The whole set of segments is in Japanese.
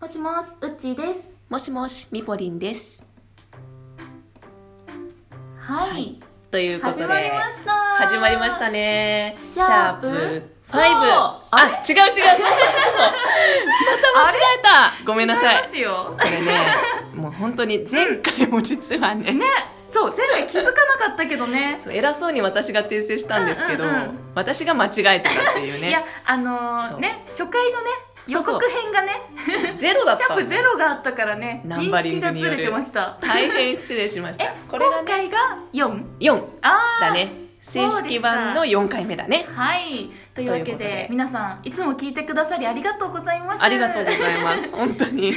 もし、うっちーです。もしもし、みぽりんです。はい。ということで、始まりました。始まり ました。ね。シャープファイブ。そうあれあ、違う違う、そうそうそうそう。また間違えた。ごめんなさい。ますよ。これね、もう本当に前回も実はね、ね、そう、前回気づかなかったけどね。そう偉そうに私が訂正したんですけど、うんうんうん私が間違えてたっていういやね。、あのーそうね、初回のね、予そうそう告編がね、ゼロだっシャたーのプゼロがあったからね、ナンバ認リン識グがにずよるれてました。大変失礼しましえた。これが今回ね、が 4? 4あーだね。正式版の4回目だね。はいというわけでということで皆さんいつも聞いてくださりありがとうございますありがとうございます。本当に。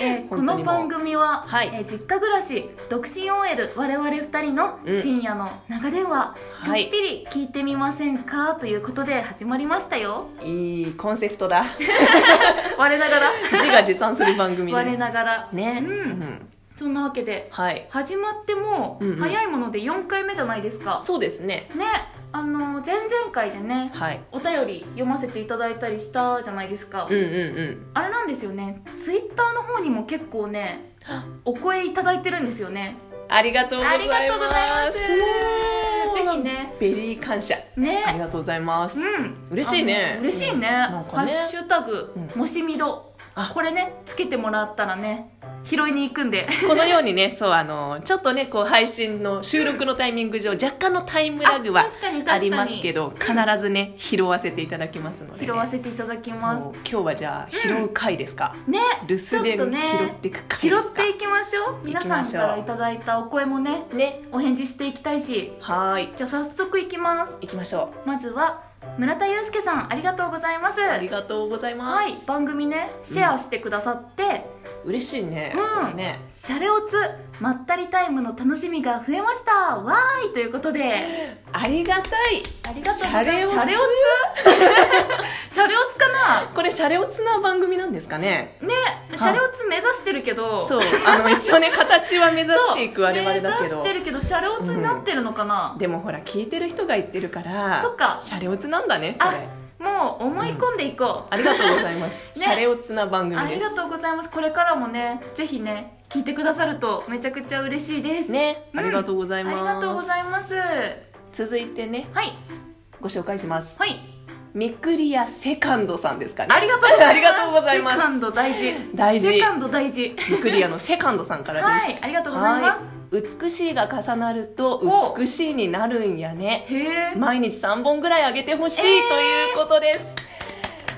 えー本こ当にもうの番組は、はいえー実家暮らし独身 OL 我々2人のうん深夜の長電話、はちょっいぴり聞いてみませんか、ということで始まりました よいいコンセプトだ。我ながら自画自賛する番組で 我す。ながらね、うんそんなわけではい。始まってもうんうん早いもので4回目じゃないですか、そうですね。ねあのー前々回でねはい。お便り読ませていただいたりしたじゃないですか、うんうんうん。あれなんですよねツイッターの方にも結構ねお声いただいてるんですよねありがとうございます。ありがとうございますぜひね。ベリー感謝。ねありがとうございます。うん嬉しいあね。の嬉しいね,、なハんかねッシュタグ、うんもしみどあこれねつけてもらったらね拾いに行くんでこのようにね、そう、あの、ちょっとね、こう、配信の収録のタイミング上、若干のタイムラグはあ確かに確かにありますけど、必ずね、拾わせていただきますので、ね。拾わせていただきそうま今日はじゃあ、拾う回ですか。すね留守電ちょっとね拾っていく回拾でっすか。ていきましょう皆きましょうさんからいただいたお声もねね。お返事していきたいしはーい。じゃあ早速いきます行きましょまずは村田祐介さんありがとうございますう。ありがとうございまはいす。番組ねシェアしてくださって、嬉しいね。うんこれね。シャレオツまったりタイムの楽しみが増えましたわーいということでありがたい。ありがとうございますシャレオツシャレオツシャレオツかなこれシャレオツな番組なんですかね。ねシャレオツ目指してるけどそう、あの一 応ね形は目指そしうていく我々だけど目指して、るけどシャレオツになってるのかな、でもほら聞いてる人が言ってるから、そっかシャレオツなんだねこれ。もう思い込んでいこう、ありがとうございます。 ねシャレオツな番あ組りでがす。とうございますこれからもねぜひね聞いてくださるとめちゃくちゃ嬉しいですね、うんありがとうござあいります。がとうございますは続いてね、いご紹介します。はいミクリアセカンドさんですかね。ありがとうございます ありがとうございますセカンド大事大事セカンド大事ミクリアのセカンドさんからです。はいありがとうございますはい美しいが重なるとお美しいになるんやね。へえ毎日3本ぐらいあげてほしい、えーということです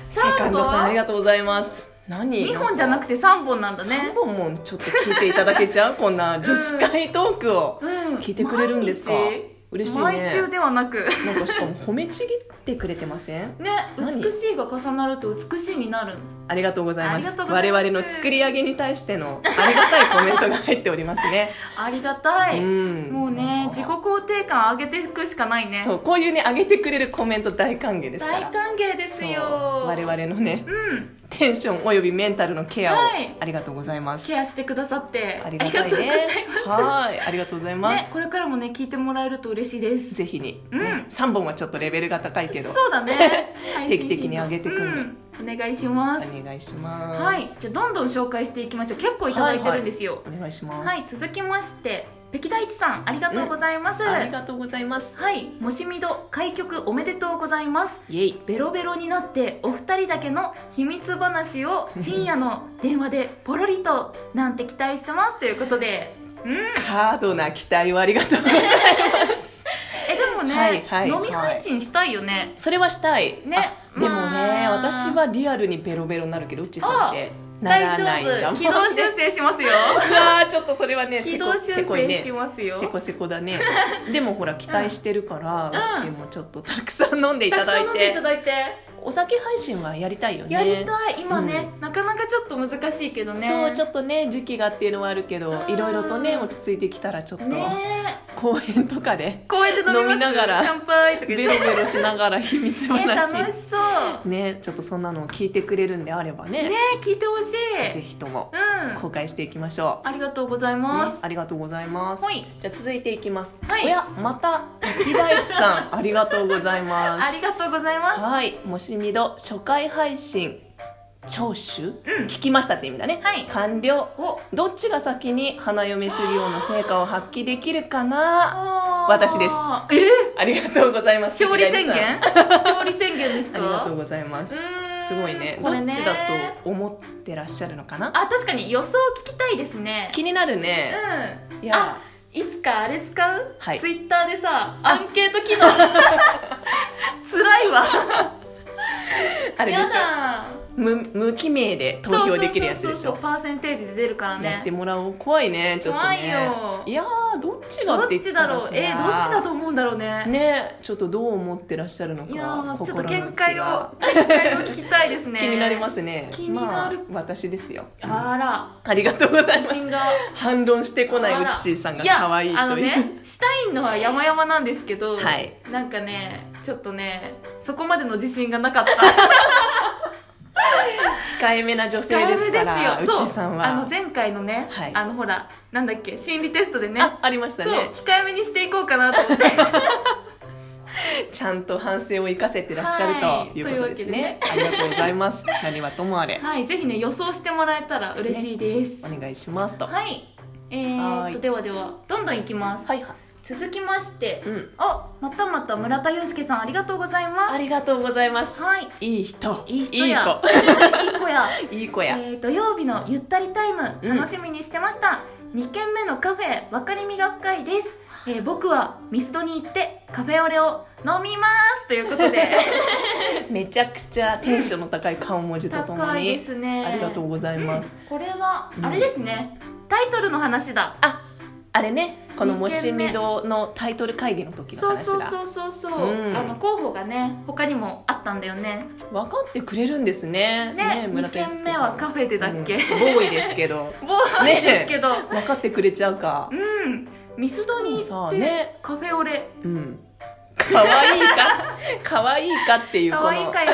セ本カンドさんありがとうございます何2本じゃなくてて3本なんだね3本もちょっと聞いていただけちゃうこんな女子会トークをうん聞いてくれるんですか毎日嬉しいね毎週ではなくなんかしかも褒めちぎってくれてませんね何美しいが重なると美しいになるありがとうございますありがとうございます我々の作り上げに対してのありがたいコメントが入っておりますねありがたい、うんもうね自己肯定感上げていくしかないねそうこういうね上げてくれるコメント大歓迎ですか大ら歓迎ですよそう我々のねうんテンションおよびメンタルのケアを、はいありがとうございますケアしてくださってありがたいねありがとうございますはいありがとうございまね、す、これからもね聞いてもらえると嬉しいですぜひに、うんね3本はちょっとレベルが高いけどそうだ ね定期的に上げてくんでうんお願いしますお願いしますはいじゃあどんどん紹介していきましょう結構いただいてるんですよ、お願いします、はい、続きまして、北大地さん、ありがとうございます。ありがとうございますはい、もしみど開局おめでとうございます。イエイベロベロになってお二人だけの秘密話を深夜の電話でポロリとなんて期待してますということで、うん、ハードな期待をありがとうござい ますえでもね、はいはい飲み配信したいよね。それはしたいねあでもねまあ私はリアルにベロベロになるけどうっちさんってならないん大だ丈も夫、ん軌道修正しますよ。うわーちょっとそれはね軌 せ道こ修せこい正ねしますよ。せこせこ だねでもほら期待してるから、うんうちもちょっとたくさん飲んでいたたくさだんい飲んてでいただいて、お酒配信はやりたいよねやりたい。今ね、なかなかちょっと難しいけどね。そうちょっっとね時期がっていうのはあるけどうんいろいろとね落ち着いてきたらちょっと、ね。公園とかでこうやって飲みます飲みながら乾杯と かベ言ロってベロしながら秘密え 話楽しそうねちょっとそんなのを聞いてくれるんであればねね聞いてほしぜいひともうん公開していきましょうありがとうございねま、ありがとうございます、はいじゃあ続いていきます、はいおやまた木大地さ んありがとうございすますありがとうございますはい、もしみど初回配信聴取、うん聞きましたって意味だね、はい完了おどっちが先に花嫁修行の成果を発揮できるか あなー私ですえありがとうございます勝利宣菊谷さん言勝利宣言ですありがとかうございますうーんすごいねこれどねっちだと思ってらっしゃるのかなあ確かに予想聞きたいですね気になるね、ういんあやいつかあれ使う、はいツイッターでさアンケート機 能辛いわあれでやしょだ無無記名で投票できるやつでしそうそうそうそうょパーセンテージで出るからやねってもらおう怖いねちょっとね怖いよいやーどっちどがっって言ちっただらろうさえーどっちだと思うんだろうねねちょっとどう思ってらっしゃるのかいやーちょっ心との見内解がを見解を聞きたいですね気になりますね気になるまあ、私ですよあらありがとうございま自信すが反論してこないウッチーさんが可愛いやあのというねしたいのは山々なんですけど、はいなんかねちょっとねそこまでの自信がなかった 控えめな女性ですから控ウえめッですチよーさんそうあのは前回のね、はいあのほらなんだっけ心理テストでねあありましたそうね控えめにしていこうかなと思って ちゃんと反省を生かせてらっしゃるはいということですね、ありがとうございます何はともあれはいぜひね予想してもらえたら嬉しいです、お願いしますとはいえはー、っーいとではではどんどんいきますはいはい続きまして、うんあまたまた村田祐介さんありがとうございあますりがとうございますはいいい人いい人やいい子や子 いい子や、えー、土曜日のゆったりタイムうん楽しみにしてました、2軒目のカフェ分かりみが深いです、えー僕はミスドに行ってカフェオレを飲みますということ でめちゃくちゃテンションの高い顔文字ととも高いでに、すねありがとうございます、これはうんあれですね、タイトルの話だああれねこの「も二し軒目みど」のタイトル会議の時のそう話そうだそうそうそう、うんあの候補がね他にもあったんだよね分かってくれるんですねね二村田軒祐目介さんはカフェでだっけ、うんボーイですけどもうなんですけど、分かってくれちゃうかうんミスドにしかも行っさねてカフェオレうん可愛い か可愛いかっていうこ可愛いのか よ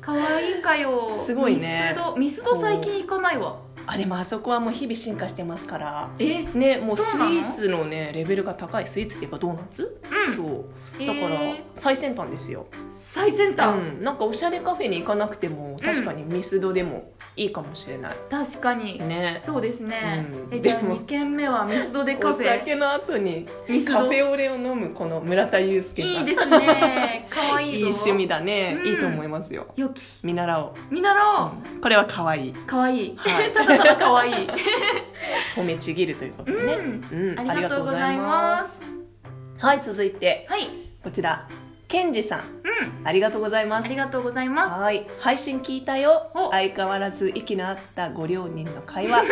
可愛いかよすごいねミスドミスド最近行かないわあでもあそこはもう日々進化してますからえうんねもうスそイうなのーツのねレベルが高いスイーツっていうかドーナツ、そうだからえー最先端ですよ、最先端、うん、なんかおしゃれカフェに行かなくても確かにミスドでもいいかもしれない、確かにねそうですね、うんえじゃあでも2軒目はミスドでカおフェ酒の後にミスドカフェオレを飲むこの村田祐介さいんいですね可愛いいいぞ趣味だね、うんいいと思いますよよき見習おう、見習おう、うんこれは可愛い可愛いはい ただただ可愛い褒めちぎるということでね、うんうんありがとうございますありがとうございますはい続いてはいこちらケンジさんうんありがとうございますありがとうございますはい配信聞いたよお相変わらず息の合ったご両人の 会話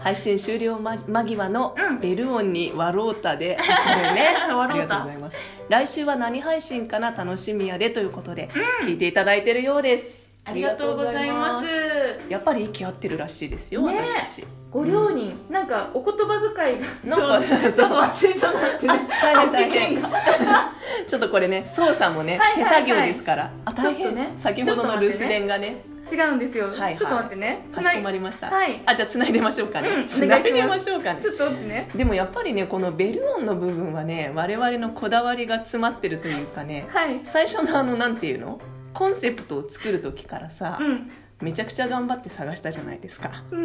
配信終了間間際のうんベル音に笑うたで、あこれねあ り笑がうとうたございます来週は何配信かな楽しみやでということで、うん聞いていただいてるようですありがとうございありがとうまごすざいますやっぱり息合ってるらしいですよ、ね私たちご両人、なんかお言葉遣いがなんかちょっとちょっと忘れちゃってね大変大変発言がちょっとこれね操作もね、はいはいはい手作業ですからあ大ちょっ変、とね先ほどの留守電がね違うんですよ、いはいちょっと待ってねかしこまりりました、はいあじゃあ繋いでましょうかね、うん繋いでましょうかねちょっと待ってねでもやっぱりねこのベル音の部分はね我々のこだわりが詰まってるというかねはい最初のあのなんていうのコンセプトを作る時からさ、うんめちゃくちゃ頑張って探したじゃないですかうん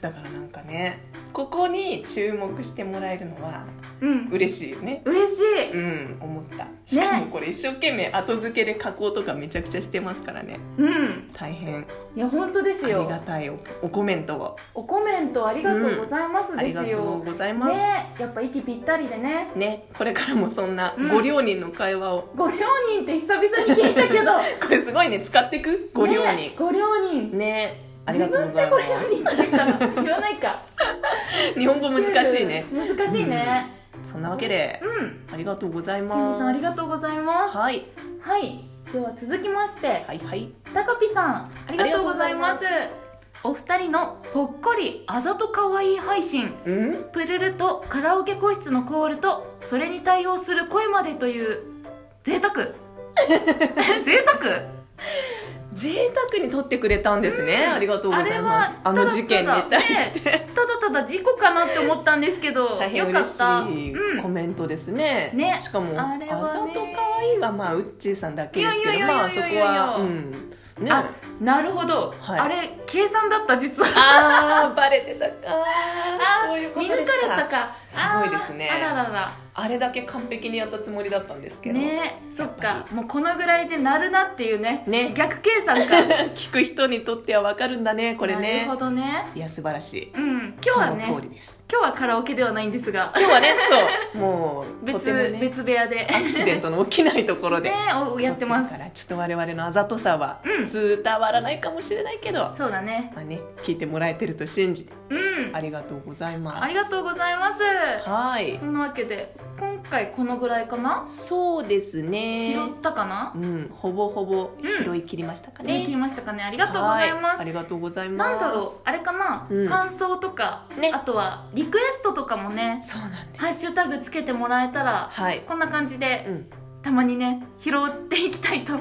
だからなんかねここに注目してもらえるのはうん嬉しいよね嬉しいうん思ったしかもこれ一生懸命後付けで加工とかめちゃくちゃしてますからねうん大変いや本当ですありがよたいおおコメントをおコメントありがとうございますあでりがすとうよ、ございまねす、やっぱ息ぴったりでねねこれからもそんなご両人の会話を、ご両人って久々に聞いたけどこれすごいね使ってく ご両ね人ご両人ねありがとうございます自分でご両人って言ったら言わないか日本語難しいね難しいねそんなわけでうんありがとうございケンジますさんありがとうございますはいはいでは続きましてはいはいたかぴさんありがとうございますありがとお二人のほっこりあざとかわいい配信うんプルルとカラオケ個室のコールとそれに対応する声までという贅 沢贅沢贅沢に撮ってくれたんですね、うんありがとうございますああれはの事件に対して、ただただ事故かなって思ったんですけど大変よか嬉っしたいうんコメントですね,、ねしかも「ああれはねざとかわいい」はまあウッチーさんだけですけどいやいやいやいやまあそこいやいやいやはうんねあなるほど、はいあれ計算だった実はあーバレてたか あーそういうこ見と抜かでれすたかかすごいですねあーあらららあれだけ完璧にやったつもりだったんですけど、ねそっやっかもうこのぐらいでなるなっていうねね逆計算か聞く人にとってはわかるんだね これなるねほどねいや素晴らしいうん今日はねそ今の通りです日はカラオケではないんですが今日 はねそうもう別とてもね別部屋でアクシデントの起きないところで、ねおやってます撮るからちょっと我々のあざとさはうん伝わらないかもしれないけど、そうだねまあね聞いてもらえてると信じてうんありがとうございますありがとうございますはいそんなわけで今回このぐらいかなそうですね拾ったかなうんほぼほぼうん拾い切りましたかね、ね切りましたかねありあがとうございますありがとうございますなんだろうあれかな、うん感想とか、ねあとはリクエストとかもねそうなんですハッシュタグつけてもらえたらはい、こんな感じでうん、たまにね拾っていきたいと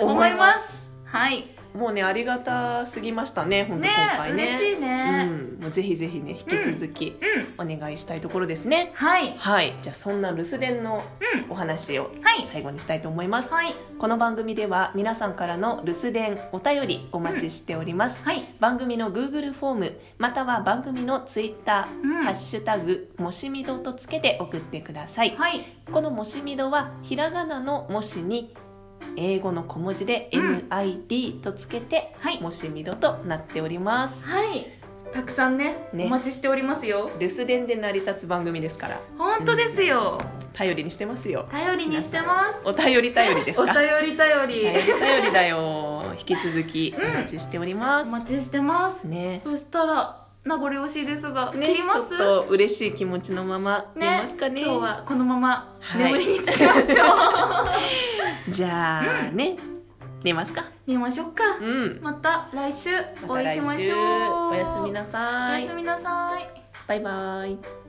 思いますはいもうねありがたすぎましたね本当ね今回ね嬉しいねうん、もうぜひぜひね引き続きうん、お願いしたいところですね、はいはいじゃあそんな留守電のうお話をんはい最後にしたいと思います、はいこの番組では皆さんからの留守電お便りお待ちしております、はい番組の Google フォームまたは番組の Twitter、うんハッシュタグもしみどとつけて送ってください、はいこのもしみどはひらがなのもしに英語の小文字でうん MID とつけて、はいもしみどとなっております、はいたくさんねねお待ちしておりますよ留守電で成り立つ番組ですから本当ですよ、頼りにしてますよ頼りにしてますお便り頼りですおか便り頼り頼り頼りだよ引き続きお待ちしておりまおす、待ちしてますねそしたら名残惜しいですが、ね切りまちすょっと嬉しい気持ちのまま見ますかね今日はこのままはい眠りにつきま しょう、じゃあ、ね寝ますか寝ましょうか、うんまた来週まおた会い来しまし週ょうおやすみなおさやいすみなさいバイバイ